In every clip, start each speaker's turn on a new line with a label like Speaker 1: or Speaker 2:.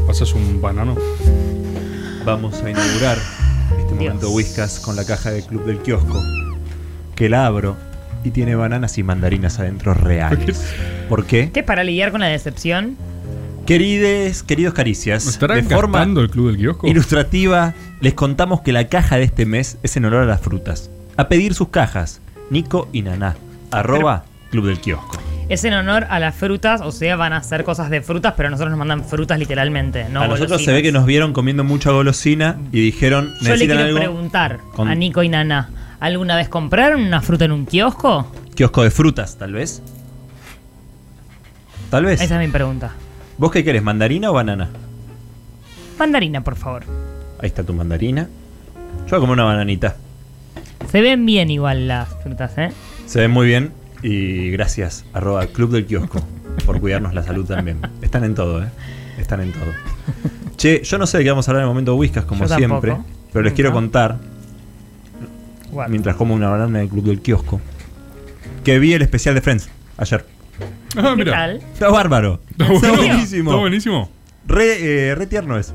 Speaker 1: tomarse es un banano.
Speaker 2: Vamos a inaugurar este momento Whiskas con la caja del club del kiosco. Que la abro y tiene bananas y mandarinas adentro reales. ¿Por qué?
Speaker 3: ¿Qué es Este, para lidiar con la decepción?
Speaker 2: Querides, queridos caricias,
Speaker 1: ¿Estarán
Speaker 2: de forma
Speaker 1: gastando el club del kiosco?
Speaker 2: ilustrativa les contamos que la caja de este mes es en olor a las frutas. A pedir sus cajas, Nico y Naná, arroba Club del Kiosco.
Speaker 3: Es en honor a las frutas, o sea, van a hacer cosas de frutas, pero a nosotros nos mandan frutas literalmente. No
Speaker 2: a nosotros se
Speaker 3: golosinas.
Speaker 2: ve que nos vieron comiendo mucha golosina y dijeron,
Speaker 3: Yo le
Speaker 2: ¿necesitan
Speaker 3: quiero
Speaker 2: algo?
Speaker 3: preguntar
Speaker 2: Con-
Speaker 3: a Nico y Nana, ¿alguna vez compraron una fruta en un kiosco?
Speaker 2: Kiosco de frutas, tal vez. Tal vez.
Speaker 3: Esa es mi pregunta.
Speaker 2: ¿Vos qué querés, mandarina o banana?
Speaker 3: Mandarina, por favor.
Speaker 2: Ahí está tu mandarina. Yo voy a comer una bananita.
Speaker 3: Se ven bien igual las frutas, ¿eh?
Speaker 2: Se ven muy bien y gracias, arroba Club del Kiosco, por cuidarnos la salud también. Están en todo, ¿eh? Están en todo. Che, yo no sé de qué vamos a hablar en el momento Whiskas, como
Speaker 3: Yo tampoco.
Speaker 2: siempre, pero les quiero
Speaker 3: No.
Speaker 2: contar,
Speaker 3: Guau.
Speaker 2: mientras como una banana en el Club del Kiosco, que vi el especial de Friends ayer.
Speaker 1: Ah,
Speaker 3: ¿Qué
Speaker 1: mira.
Speaker 3: tal?
Speaker 2: Está bárbaro.
Speaker 1: Está bueno.
Speaker 3: ¿En serio?
Speaker 2: buenísimo.
Speaker 1: Está buenísimo.
Speaker 2: Re, eh, re tierno es.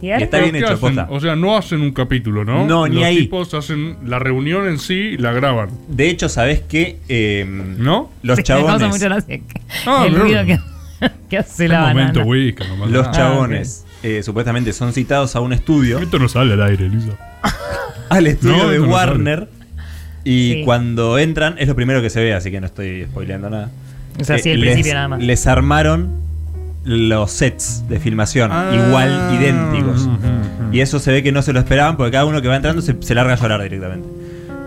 Speaker 3: ¿Tierno?
Speaker 2: está bien
Speaker 1: ¿Qué
Speaker 2: hecho,
Speaker 1: hacen?
Speaker 2: posta.
Speaker 1: O sea, no hacen un capítulo, ¿no?
Speaker 2: No, ni
Speaker 1: Los
Speaker 2: ahí.
Speaker 1: tipos hacen la reunión en sí y la graban,
Speaker 2: De hecho, ¿sabés qué? Eh,
Speaker 1: ¿no?
Speaker 2: Los
Speaker 3: Sí, me causa
Speaker 2: chabones.
Speaker 3: mucho gracia.
Speaker 1: Ah,
Speaker 3: el
Speaker 1: pero-
Speaker 3: ruido que, que hace la
Speaker 1: Un momento,
Speaker 3: banana.
Speaker 1: Whiskas, nomás.
Speaker 2: Los
Speaker 1: Ah,
Speaker 2: chabones eh, supuestamente son citados a un estudio.
Speaker 1: Esto no sale al aire, Lisa.
Speaker 2: al estudio
Speaker 1: No,
Speaker 2: de
Speaker 1: no lo
Speaker 2: Warner. Y
Speaker 3: Sí.
Speaker 2: cuando entran, es lo primero que se ve, así que no estoy spoileando nada.
Speaker 3: O sea,
Speaker 2: Eh,
Speaker 3: sí, el
Speaker 2: les-
Speaker 3: principio nada más.
Speaker 2: Les armaron los sets de filmación,
Speaker 1: Ah.
Speaker 2: igual, idénticos.
Speaker 1: Ujú.
Speaker 2: Y eso se ve que no se lo esperaban, porque cada uno que va entrando se, se larga a llorar directamente.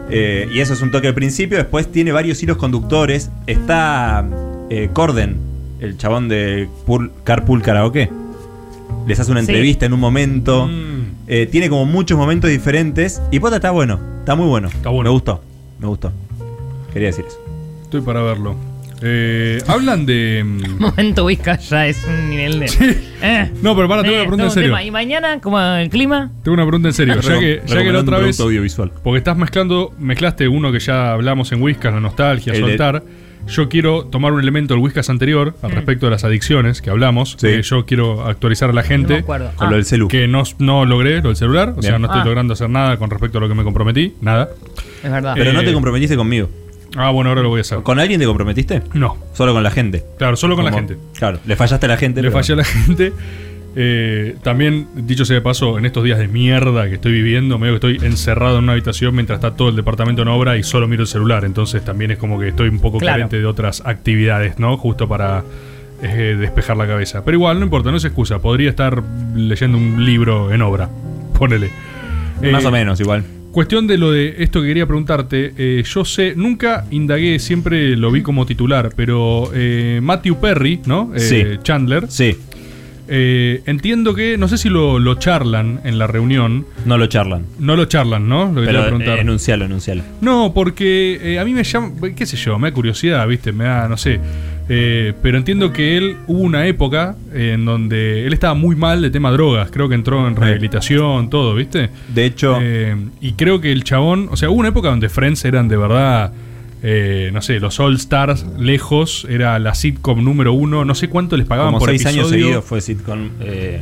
Speaker 2: Eh, y eso es un toque al principio, después tiene varios hilos conductores. Está eh, Corden, el chabón de Pool- Carpool Karaoke. Les hace una
Speaker 3: Sí.
Speaker 2: entrevista en un momento.
Speaker 1: Mm.
Speaker 2: Eh, tiene como muchos momentos diferentes. Y Pota está bueno, está muy bueno.
Speaker 1: Está bueno.
Speaker 2: Me gustó, me gustó. Quería decir eso.
Speaker 1: Estoy para verlo. Eh, hablan de. mm,
Speaker 3: Momento Whisky ya es un nivel de. Eh,
Speaker 1: No, pero para, tengo
Speaker 3: eh,
Speaker 1: una pregunta
Speaker 3: todo
Speaker 1: en
Speaker 3: un
Speaker 1: serio.
Speaker 3: tema. ¿Y mañana, como el clima?
Speaker 1: Tengo una pregunta en serio. Ya que, ya que la otra vez.
Speaker 2: audiovisual.
Speaker 1: Porque estás mezclando, mezclaste uno que ya hablamos en Whiskas, la nostalgia,
Speaker 2: El de-
Speaker 1: soltar. Yo quiero tomar un elemento del Whiskas anterior
Speaker 3: Mm.
Speaker 1: al respecto de las adicciones que hablamos.
Speaker 2: Sí.
Speaker 1: Eh, yo quiero actualizar a la
Speaker 3: No me
Speaker 1: gente.
Speaker 3: acuerdo.
Speaker 2: Con
Speaker 3: Ah,
Speaker 2: lo del celu.
Speaker 1: que no, no logré lo del celular, o sea,
Speaker 2: Bien.
Speaker 1: no estoy
Speaker 3: Ah.
Speaker 1: logrando hacer nada con respecto a lo que me comprometí, nada.
Speaker 3: es verdad.
Speaker 2: Pero no
Speaker 1: eh,
Speaker 2: te comprometiste conmigo.
Speaker 1: Ah, bueno, ahora lo voy a hacer.
Speaker 2: ¿Con alguien te comprometiste?
Speaker 1: No,
Speaker 2: Solo con la gente.
Speaker 1: claro, solo con la
Speaker 2: Como-
Speaker 1: gente.
Speaker 2: Claro, le fallaste a la gente.
Speaker 1: Le
Speaker 2: pero-
Speaker 1: fallé a la gente. Eh, también, dicho sea de paso, en estos días de mierda que estoy viviendo, medio que estoy encerrado en una habitación mientras está todo el departamento en obra y solo miro el celular. Entonces también es como que estoy un poco
Speaker 3: Claro.
Speaker 1: carente de otras actividades, ¿no? Justo para eh, despejar la cabeza. Pero igual, no importa, no es excusa. Podría estar leyendo un libro en obra. Ponele.
Speaker 2: Más
Speaker 1: Eh,
Speaker 2: o menos, igual.
Speaker 1: Cuestión de lo de esto que quería preguntarte, eh, yo sé, nunca indagué, siempre lo vi como titular, pero eh, Matthew Perry, ¿no? Eh,
Speaker 2: Sí.
Speaker 1: Chandler.
Speaker 2: Sí,
Speaker 1: Eh, entiendo que, no sé si lo, lo charlan en la reunión.
Speaker 2: no lo charlan.
Speaker 1: No lo charlan, ¿no? Lo que te iba a
Speaker 2: Pero
Speaker 1: preguntar.
Speaker 2: eh, enuncialo, enuncialo.
Speaker 1: No, porque eh, a mí me llama, qué sé yo, me da curiosidad, ¿viste? Me da, no sé. Eh, pero entiendo que él hubo una época eh, en donde él estaba muy mal de tema drogas, creo que entró en rehabilitación, todo, ¿viste?
Speaker 2: De hecho,
Speaker 1: Eh, y creo que el chabón, o sea, hubo una época donde Friends eran de verdad, eh, no sé, los All Stars lejos, era la sitcom número uno, no sé cuánto les pagaban
Speaker 2: como
Speaker 1: por
Speaker 2: seis años
Speaker 1: episodio,
Speaker 2: seguidos fue sitcom eh,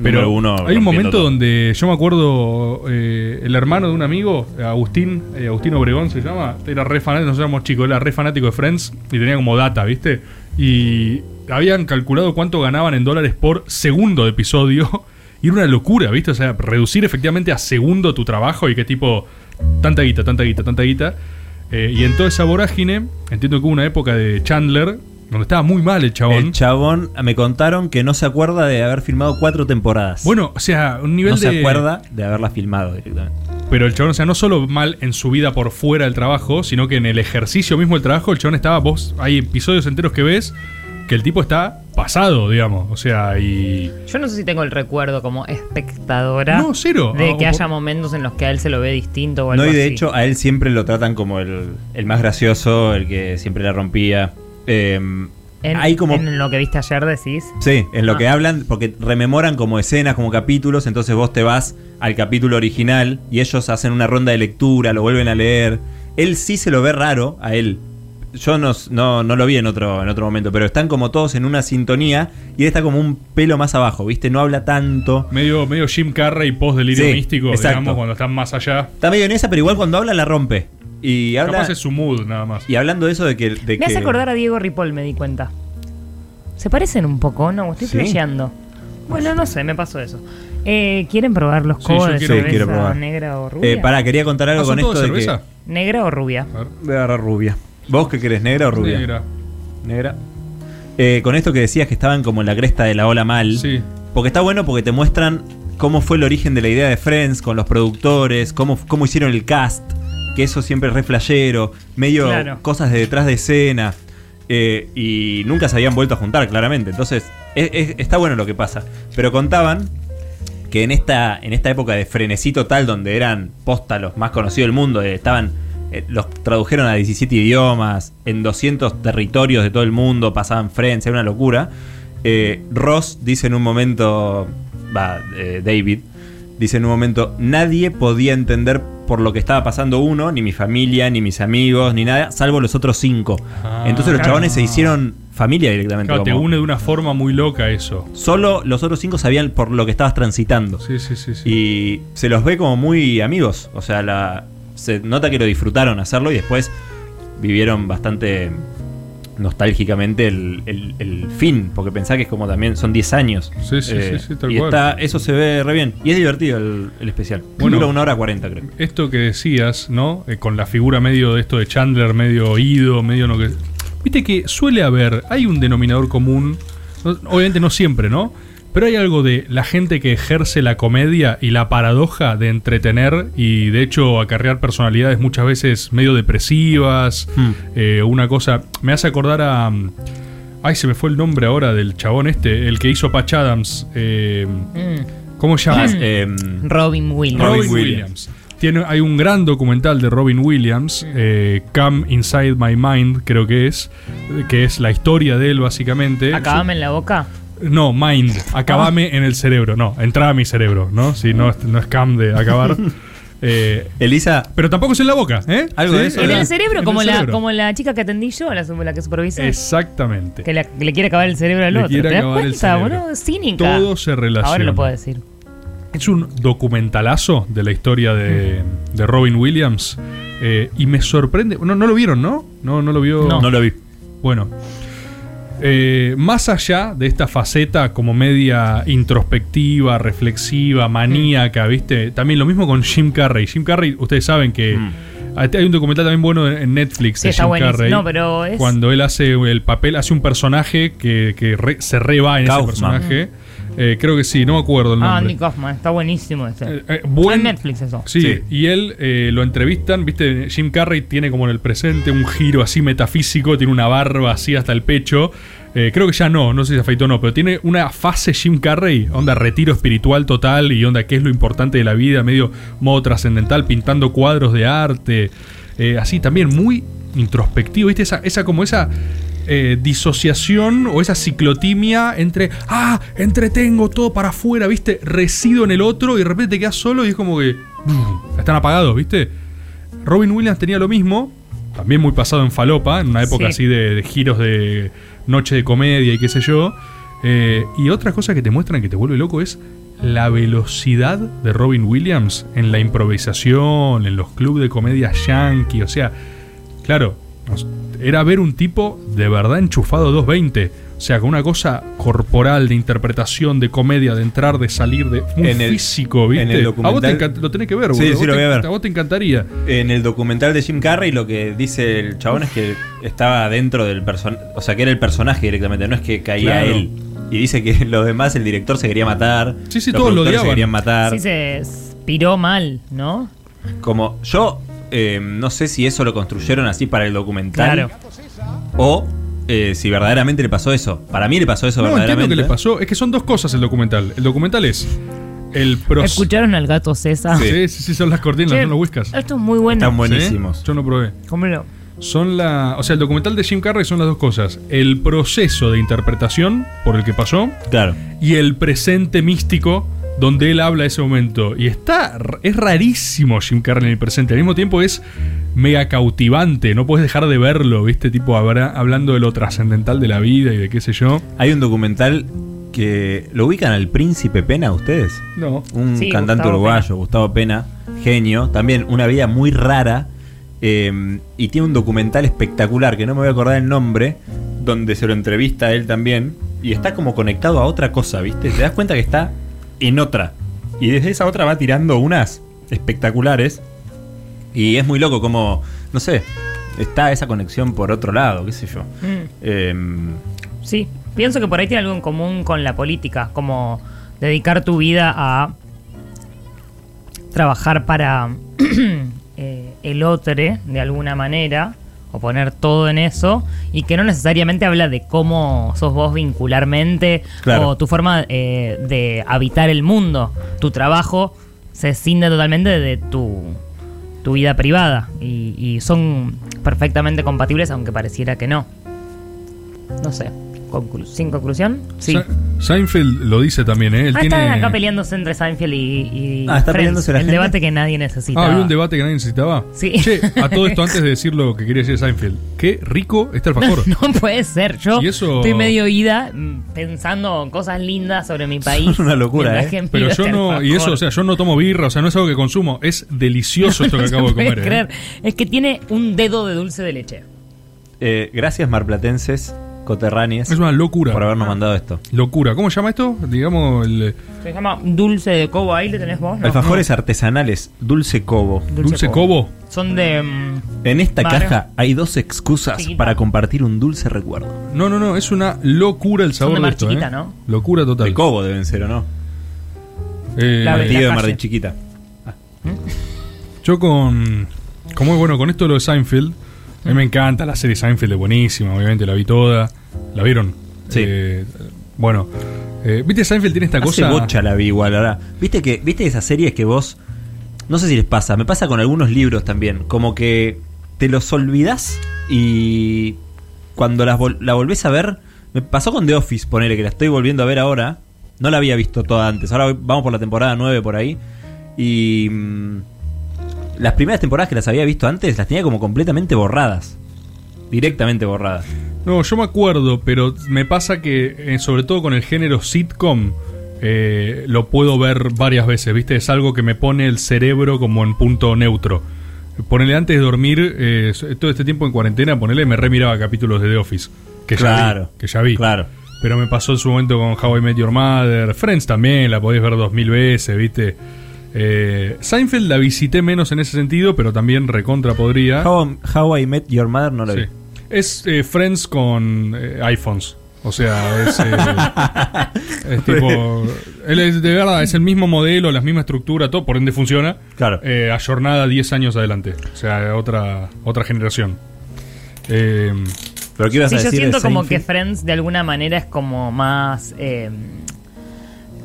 Speaker 1: Pero
Speaker 2: número uno.
Speaker 1: hay un
Speaker 2: rompiendo
Speaker 1: momento
Speaker 2: todo.
Speaker 1: donde yo me acuerdo, eh, el hermano de un amigo, Agustín, eh, Agustín Obregón se llama, era re fanático, nosotros éramos chicos, era re fanático de Friends y tenía como data, ¿viste? Y habían calculado cuánto ganaban en dólares por segundo de episodio. Y era una locura, ¿viste? O sea, reducir efectivamente a segundo tu trabajo y qué tipo, tanta guita, tanta guita, tanta guita. Eh, y en toda esa vorágine, entiendo que hubo una época de Chandler donde estaba muy mal el chabón.
Speaker 2: El chabón, me contaron que no se acuerda de haber filmado cuatro temporadas.
Speaker 1: bueno, o sea, un nivel
Speaker 2: no
Speaker 1: de...
Speaker 2: se acuerda de haberla filmado directamente.
Speaker 1: Pero el chabón, o sea, no solo mal en su vida por fuera del trabajo, sino que en el ejercicio mismo del trabajo, el chabón estaba, vos, hay episodios enteros que ves que el tipo está pasado, digamos. O sea, y...
Speaker 3: Yo no sé si tengo el recuerdo como espectadora
Speaker 1: No, cero.
Speaker 3: de
Speaker 1: Ah,
Speaker 3: que
Speaker 1: o-
Speaker 3: haya momentos en los que a él se lo ve distinto o algo
Speaker 2: No, y de
Speaker 3: así.
Speaker 2: hecho a él siempre lo tratan como el, el más gracioso, el que siempre la rompía. Eh,
Speaker 3: en,
Speaker 2: hay como...
Speaker 3: en lo que viste ayer decís.
Speaker 2: sí, en lo
Speaker 3: Ah.
Speaker 2: que hablan, porque rememoran como escenas, como capítulos, entonces vos te vas al capítulo original y ellos hacen una ronda de lectura, lo vuelven a leer. Él sí se lo ve raro a él. yo no, no, no lo vi en otro, en otro momento, pero están como todos en una sintonía y él está como un pelo más abajo, ¿viste? No habla tanto.
Speaker 1: Medio, medio Jim Carrey post delirio
Speaker 2: Sí,
Speaker 1: místico,
Speaker 2: exacto.
Speaker 1: digamos, cuando están más allá.
Speaker 2: Está medio en esa, pero igual cuando habla la rompe. Y habla-
Speaker 1: Capaz es su mood nada más.
Speaker 2: y hablando de eso de que. de
Speaker 3: Me hace
Speaker 2: que-
Speaker 3: acordar a Diego Ripoll, me di cuenta. Se parecen un poco, ¿no? Estoy
Speaker 2: Sí.
Speaker 3: flasheando. Bueno, no sé, me pasó eso. Eh, ¿Quieren probar los
Speaker 1: Sí,
Speaker 3: cobos
Speaker 1: yo
Speaker 3: de
Speaker 1: quiero-
Speaker 2: Sí,
Speaker 3: cerveza
Speaker 2: quiero probar.
Speaker 3: negra o rubia?
Speaker 2: Eh, pará, quería contar algo
Speaker 1: Ah,
Speaker 2: con
Speaker 1: ¿son
Speaker 2: esto
Speaker 1: todos
Speaker 2: de
Speaker 1: cerveza?
Speaker 2: que.
Speaker 3: ¿Negra o rubia?
Speaker 1: A ver.
Speaker 2: Voy a agarrar rubia. ¿Vos qué querés, negra o rubia?
Speaker 1: Negra.
Speaker 2: Negra. Eh, con esto que decías que estaban como en la cresta de la ola mal.
Speaker 1: Sí.
Speaker 2: Porque está bueno porque te muestran cómo fue el origen de la idea de Friends con los productores, cómo, cómo hicieron el cast, que eso siempre es re flashero, medio
Speaker 3: Claro.
Speaker 2: cosas de detrás de escena. eh, y nunca se habían vuelto a juntar, claramente. Entonces, es- es- está bueno lo que pasa. Pero contaban que en esta, en esta época de frenesí total, donde eran posta los más conocidos del mundo, eh, estaban, eh, los tradujeron a 17 idiomas, en 200 territorios de todo el mundo, pasaban Friends, era una locura. Eh, Ross dice en un momento, va, eh, David, dice en un momento, nadie podía entender por lo que estaba pasando uno, ni mi familia, ni mis amigos, ni nada, salvo los otros cinco.
Speaker 1: Ah,
Speaker 2: Entonces los
Speaker 1: claro.
Speaker 2: chabones se hicieron familia directamente.
Speaker 1: Claro, te
Speaker 2: como-
Speaker 1: une de una forma muy loca eso.
Speaker 2: Solo los otros cinco sabían por lo que estabas transitando.
Speaker 1: Sí, sí, sí. sí.
Speaker 2: Y se los ve como muy amigos. O sea, la, se nota que lo disfrutaron hacerlo y después vivieron bastante nostálgicamente el, el- el fin. Porque pensá que es como también son 10 años. Eh,
Speaker 1: Sí, sí, sí, sí, tal
Speaker 2: y
Speaker 1: cual.
Speaker 2: está- eso se ve re bien. Y es divertido el, el especial.
Speaker 1: Bueno.
Speaker 2: Dura una hora 40, creo.
Speaker 1: Esto que decías, ¿no? Eh, con la figura medio de esto de Chandler, medio oído, medio no que. Viste que suele haber, hay un denominador común, no- obviamente no siempre, ¿no? Pero hay algo de la gente que ejerce la comedia y la paradoja de entretener y de hecho acarrear personalidades muchas veces medio depresivas.
Speaker 2: Mm.
Speaker 1: eh, una cosa. Me hace acordar a. mm, Ay, se me fue el nombre ahora del chabón este, el que hizo Patch Adams. eh,
Speaker 3: Mm,
Speaker 1: ¿Cómo se llama?
Speaker 2: Más, eh,
Speaker 3: Robin Williams.
Speaker 2: Robin
Speaker 1: Robin,
Speaker 2: Williams.
Speaker 1: Williams. Tiene, hay un gran documental de Robin Williams, eh, Come Inside My Mind, creo que es, eh, que es la historia de él básicamente.
Speaker 3: Acabame en la boca.
Speaker 1: No, mind. Acabame
Speaker 2: Ah.
Speaker 1: en el cerebro. No, entra a mi cerebro, ¿no? Si no, es- no es cam de acabar. Eh,
Speaker 2: Elisa,
Speaker 1: pero tampoco es en la boca, ¿eh?
Speaker 2: Algo de eso,
Speaker 3: En
Speaker 2: ¿verdad?
Speaker 3: el cerebro,
Speaker 1: En
Speaker 3: como,
Speaker 1: el
Speaker 3: la,
Speaker 1: cerebro.
Speaker 3: como la chica que atendí yo, la, la que supervisé.
Speaker 1: Exactamente.
Speaker 3: Que la- le quiere acabar el cerebro al
Speaker 1: Le
Speaker 3: otro.
Speaker 1: quiere
Speaker 3: ¿Te das
Speaker 1: acabar el
Speaker 3: cuenta,
Speaker 1: cerebro.
Speaker 3: boludo? Cínica.
Speaker 1: Todo se relaciona.
Speaker 3: Ahora lo puedo decir.
Speaker 1: Es un documentalazo de la historia de, de Robin Williams. eh, y me sorprende. No, no lo vieron, ¿no? No, no lo vio.
Speaker 2: no lo vi.
Speaker 1: Bueno, eh, más allá de esta faceta como media introspectiva, reflexiva, maníaca, ¿viste? También lo mismo con Jim Carrey. Jim Carrey, ustedes saben que
Speaker 2: Mm.
Speaker 1: hay un documental también bueno en Netflix
Speaker 3: Sí,
Speaker 1: de
Speaker 3: está
Speaker 1: Jim
Speaker 3: buenísimo.
Speaker 1: Carrey.
Speaker 3: No, pero es.
Speaker 1: Cuando él hace el papel, hace un personaje que, que re- se reba en
Speaker 2: Kaufman.
Speaker 1: ese personaje. Eh, creo que sí, no me acuerdo el
Speaker 3: Ah,
Speaker 1: nombre.
Speaker 3: Andy Kaufman, está buenísimo este.
Speaker 1: Eh, eh, buen-
Speaker 3: Está en Netflix eso.
Speaker 1: Sí,
Speaker 2: Sí.
Speaker 1: y él eh, lo entrevistan, viste, Jim Carrey tiene como en el presente un giro así metafísico, tiene una barba así hasta el pecho. Eh, creo que ya no, no sé si se afeitó o no, pero tiene una fase Jim Carrey, onda retiro espiritual total y onda qué es lo importante de la vida, medio modo trascendental, pintando cuadros de arte, eh, así también muy introspectivo, viste, esa, esa como esa eh, disociación o esa ciclotimia entre, ah, entretengo todo para afuera, viste, resido en el otro y de repente te quedas solo y es como que "Buf", están apagados, viste. Robin Williams tenía lo mismo, también muy pasado en falopa, en una época
Speaker 3: Sí.
Speaker 1: así de, de giros de noche de comedia y qué sé yo. Eh, y otra cosa que te muestran que te vuelve loco es la velocidad de Robin Williams en la improvisación, en los clubes de comedia yankee, o sea, Claro, nos- era ver un tipo de verdad enchufado 220. O sea, con una cosa corporal, de interpretación, de comedia, de entrar, de salir, de muy
Speaker 2: En el-
Speaker 1: físico, ¿viste?
Speaker 2: en el
Speaker 1: a vos te
Speaker 2: documental-
Speaker 1: encanta- lo tenés que ver,
Speaker 2: Sí,
Speaker 1: boludo.
Speaker 2: sí,
Speaker 1: Vos
Speaker 2: lo
Speaker 1: te-
Speaker 2: voy a ver.
Speaker 1: vos te encantaría.
Speaker 2: En el documental de Jim Carrey lo que dice el chabón es que estaba dentro del personaje, o sea que era el personaje directamente, no es que caía
Speaker 1: Claro.
Speaker 2: él. Y dice que los demás, el director se quería matar,
Speaker 1: Sí, sí,
Speaker 2: los
Speaker 1: todos lo
Speaker 2: productores se
Speaker 1: odiaban.
Speaker 2: querían matar.
Speaker 3: Sí, se piró mal, ¿no?
Speaker 2: Como yo eh, no sé si eso lo construyeron así para el documental
Speaker 3: Claro.
Speaker 2: o eh, si verdaderamente le pasó eso. Para mí le pasó eso
Speaker 1: No, entiendo
Speaker 2: verdaderamente.
Speaker 1: que le pasó. Es que son dos cosas el documental. El documental es el proceso.
Speaker 3: ¿Escucharon al gato César?
Speaker 2: Sí.
Speaker 1: Sí, sí, sí, son las cortinas,
Speaker 3: Che,
Speaker 1: son los whiskas.
Speaker 3: Esto es muy bueno.
Speaker 2: Están buenísimos.
Speaker 1: ¿Sí? Yo no probé.
Speaker 3: Cómelo.
Speaker 1: Son la. O sea, el documental de Jim Carrey son las dos cosas. El proceso de interpretación por el que pasó.
Speaker 2: Claro.
Speaker 1: y el presente místico donde él habla ese momento. Y está. Es rarísimo Jim Carrey en el presente. Al mismo tiempo es mega cautivante. No puedes dejar de verlo, ¿viste? Tipo habrá- hablando de lo trascendental de la vida y de qué sé yo.
Speaker 2: Hay un documental que. ¿Lo ubican al príncipe Pena ustedes?
Speaker 1: No.
Speaker 2: Un
Speaker 3: Sí,
Speaker 2: cantante
Speaker 3: Gustavo
Speaker 2: uruguayo, Gustavo Pena, genio. También una vida muy rara. eh, y tiene un documental espectacular que no me voy a acordar el nombre. Donde se lo entrevista a él también. Y está como conectado a otra cosa, ¿viste? Te das cuenta que está en otra. Y desde esa otra va tirando unas espectaculares. Y es muy loco como. No sé. Está esa conexión por otro lado, qué sé yo.
Speaker 3: Mm.
Speaker 2: Em,
Speaker 3: Sí, pienso que por ahí tiene algo en común con la política, como dedicar tu vida a trabajar para eh, el otro de alguna manera, o poner todo en eso, y que no necesariamente habla de cómo sos vos vincularmente
Speaker 2: Claro.
Speaker 3: o tu forma eh, de habitar el mundo. Tu trabajo se escinde totalmente de tu, tu vida privada y- y son perfectamente compatibles, aunque pareciera que no no sé, conclu- sin conclusión. Sí.
Speaker 1: Sa- Seinfeld lo dice también, ¿eh? Él
Speaker 3: ah,
Speaker 1: tiene...
Speaker 3: están acá peleándose entre Seinfeld y, y
Speaker 2: Ah, ¿está
Speaker 3: Friends,
Speaker 2: peleándose la
Speaker 3: el
Speaker 2: gente?
Speaker 3: debate que nadie necesita.
Speaker 1: Ah, había un debate que nadie necesitaba.
Speaker 3: Sí.
Speaker 1: Che, a todo esto, antes de decir lo que quería decir Seinfeld, qué rico está el
Speaker 3: no,
Speaker 1: factor.
Speaker 3: no puede ser, yo
Speaker 1: Y eso-
Speaker 3: estoy medio ida mm, pensando cosas lindas sobre mi país.
Speaker 2: Una locura,
Speaker 3: mientras
Speaker 2: ¿eh?
Speaker 3: que
Speaker 1: Pero
Speaker 3: miro
Speaker 1: yo
Speaker 3: este
Speaker 1: no, y
Speaker 3: alfajor.
Speaker 1: eso, o sea, yo no tomo birra, o sea, no es algo que consumo, es delicioso esto que
Speaker 3: No
Speaker 1: acabo de
Speaker 3: se
Speaker 1: comer.
Speaker 3: puede
Speaker 1: ¿eh?
Speaker 3: creer. Es que tiene un dedo de dulce de leche.
Speaker 2: Eh, gracias marplatenses, coterráneas,
Speaker 1: Es una locura.
Speaker 2: por habernos mandado esto.
Speaker 1: Locura. ¿Cómo se llama esto? Digamos, el eh,
Speaker 3: Se llama dulce de cobo, ahí le tenés vos. ¿no?
Speaker 2: Alfajores artesanales, dulce cobo.
Speaker 1: dulce cobo.
Speaker 3: Son de... mm,
Speaker 2: En esta
Speaker 3: Vale.
Speaker 2: caja hay dos excusas
Speaker 3: Chiquita.
Speaker 2: para compartir un dulce recuerdo.
Speaker 1: No, no, no, es una locura el sabor
Speaker 3: de
Speaker 1: de
Speaker 3: Mar
Speaker 1: esto,
Speaker 3: Chiquita,
Speaker 1: ¿eh?
Speaker 3: ¿no?
Speaker 1: Locura total.
Speaker 2: De cobo deben ser, ¿o no?
Speaker 1: Eh,
Speaker 3: La
Speaker 2: El
Speaker 3: verdad.
Speaker 2: tío de
Speaker 3: calle.
Speaker 2: Mar de Chiquita.
Speaker 1: Yo con. Como es bueno, con esto de lo de Seinfeld. A mí
Speaker 3: Mm.
Speaker 1: me encanta la serie Seinfeld, es buenísima, obviamente, la vi toda. ¿La vieron?
Speaker 2: Sí.
Speaker 1: Eh, bueno, eh, ¿viste Seinfeld tiene esta
Speaker 2: Hace
Speaker 1: cosa?
Speaker 2: bocha la vi igual, ahora. ¿Viste, que, ¿Viste esas series que vos... No sé si les pasa, me pasa con algunos libros también. Como que te los olvidás y cuando las vol- la volvés a ver... Me pasó con The Office, ponele, que la estoy volviendo a ver ahora. No la había visto toda antes. Ahora voy- vamos por la temporada 9 por ahí. Y... mm, las primeras temporadas que las había visto antes las tenía como completamente borradas. Directamente borradas.
Speaker 1: No, yo me acuerdo, pero me pasa que, eh, sobre todo con el género sitcom, eh, lo puedo ver varias veces, ¿viste? Es algo que me pone el cerebro como en punto neutro. Ponele antes de dormir, eh, todo este tiempo en cuarentena, ponele, me remiraba capítulos de The Office. Que ya
Speaker 2: Claro,
Speaker 1: vi, que ya vi.
Speaker 2: claro.
Speaker 1: Pero me pasó en su momento con How I Met Your Mother. Friends también, la podés ver dos mil veces, ¿viste? Eh, Seinfeld la visité menos en ese sentido, pero también recontra podría.
Speaker 2: How, How I Met Your Mother no la
Speaker 1: Ah. Sí.
Speaker 2: vi.
Speaker 1: Es eh, Friends con eh, iPhones. O sea, es, eh, es tipo. él es- de verdad, es el mismo modelo, la misma estructura, todo, por ende funciona.
Speaker 2: Claro.
Speaker 1: Eh, ayornada 10 años adelante. O sea, otra, otra generación. Eh,
Speaker 2: Pero ¿qué ibas
Speaker 3: Sí,
Speaker 2: a
Speaker 3: yo
Speaker 2: decir de
Speaker 3: siento como que
Speaker 2: Seinfeld?
Speaker 3: Friends de alguna manera es como más. eh,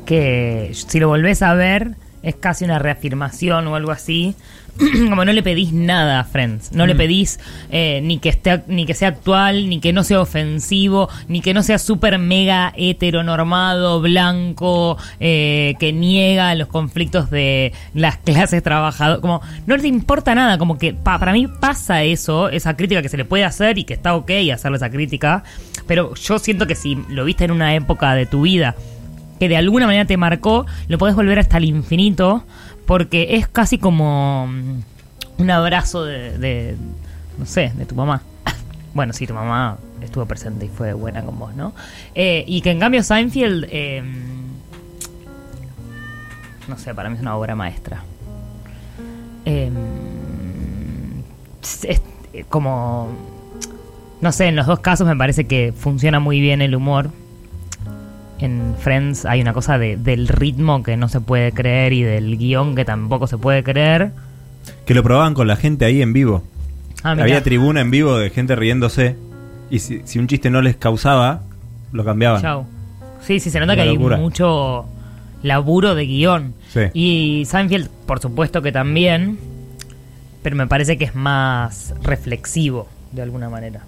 Speaker 3: que si lo volvés a ver, es casi una reafirmación o algo así. como no le pedís nada a Friends. No le pedís eh, ni, que esté, ni que sea actual, ni que no sea ofensivo, ni que no sea súper mega heteronormado, blanco, eh, que niega los conflictos de las clases trabajadoras. Como no le importa nada. Como que pa- para mí pasa eso, esa crítica que se le puede hacer y que está ok hacerle esa crítica. Pero yo siento que si lo viste en una época de tu vida que de alguna manera te marcó, lo podés volver hasta el infinito, porque es casi como mm, un abrazo de, de, no sé, de tu mamá. Bueno, sí, tu mamá estuvo presente y fue buena con vos, ¿no? Eh, y que en cambio Seinfeld, eh, no sé, para mí es una obra maestra. Eh, es- es eh, como, no sé, en los dos casos me parece que funciona muy bien el humor en Friends hay una cosa de- del ritmo que no se puede creer y del guión que tampoco se puede creer.
Speaker 2: Que lo probaban con la gente ahí en vivo.
Speaker 3: Ah, mirá.
Speaker 2: Había tribuna en vivo de gente riéndose. Y si, si un chiste no les causaba, lo cambiaban.
Speaker 3: Chau. Sí, sí, se nota
Speaker 2: Una
Speaker 3: que
Speaker 2: locura.
Speaker 3: hay mucho laburo de guión.
Speaker 2: Sí.
Speaker 3: Y Seinfeld, por supuesto que también, pero me parece que es más reflexivo de alguna manera.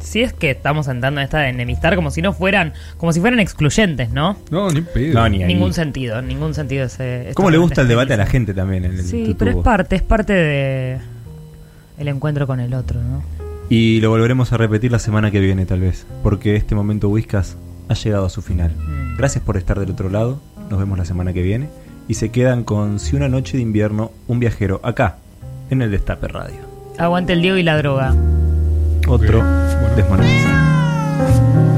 Speaker 3: si es que estamos entrando en esta de enemistar como si no fueran, como si fueran excluyentes, ¿no?
Speaker 1: No, ni pedo.
Speaker 2: No, ni ahí.
Speaker 3: Ningún sentido, ningún sentido ese.
Speaker 2: ¿Cómo le gusta el debate a la
Speaker 3: gente?
Speaker 2: gente también en el
Speaker 3: Sí,
Speaker 2: tutubo?
Speaker 3: pero es parte, es parte de el encuentro con el otro, ¿no?
Speaker 2: Y lo volveremos a repetir la semana que viene, tal vez. Porque este momento Whiskas ha llegado a su final.
Speaker 3: Mm.
Speaker 2: Gracias por estar del otro lado. Nos vemos la semana que viene. Y se quedan con Si una noche de invierno, un viajero, acá, en el Destape Radio.
Speaker 3: Aguante el Diego y la droga.
Speaker 2: Otro
Speaker 1: Ok, bueno.
Speaker 2: desmonetizado.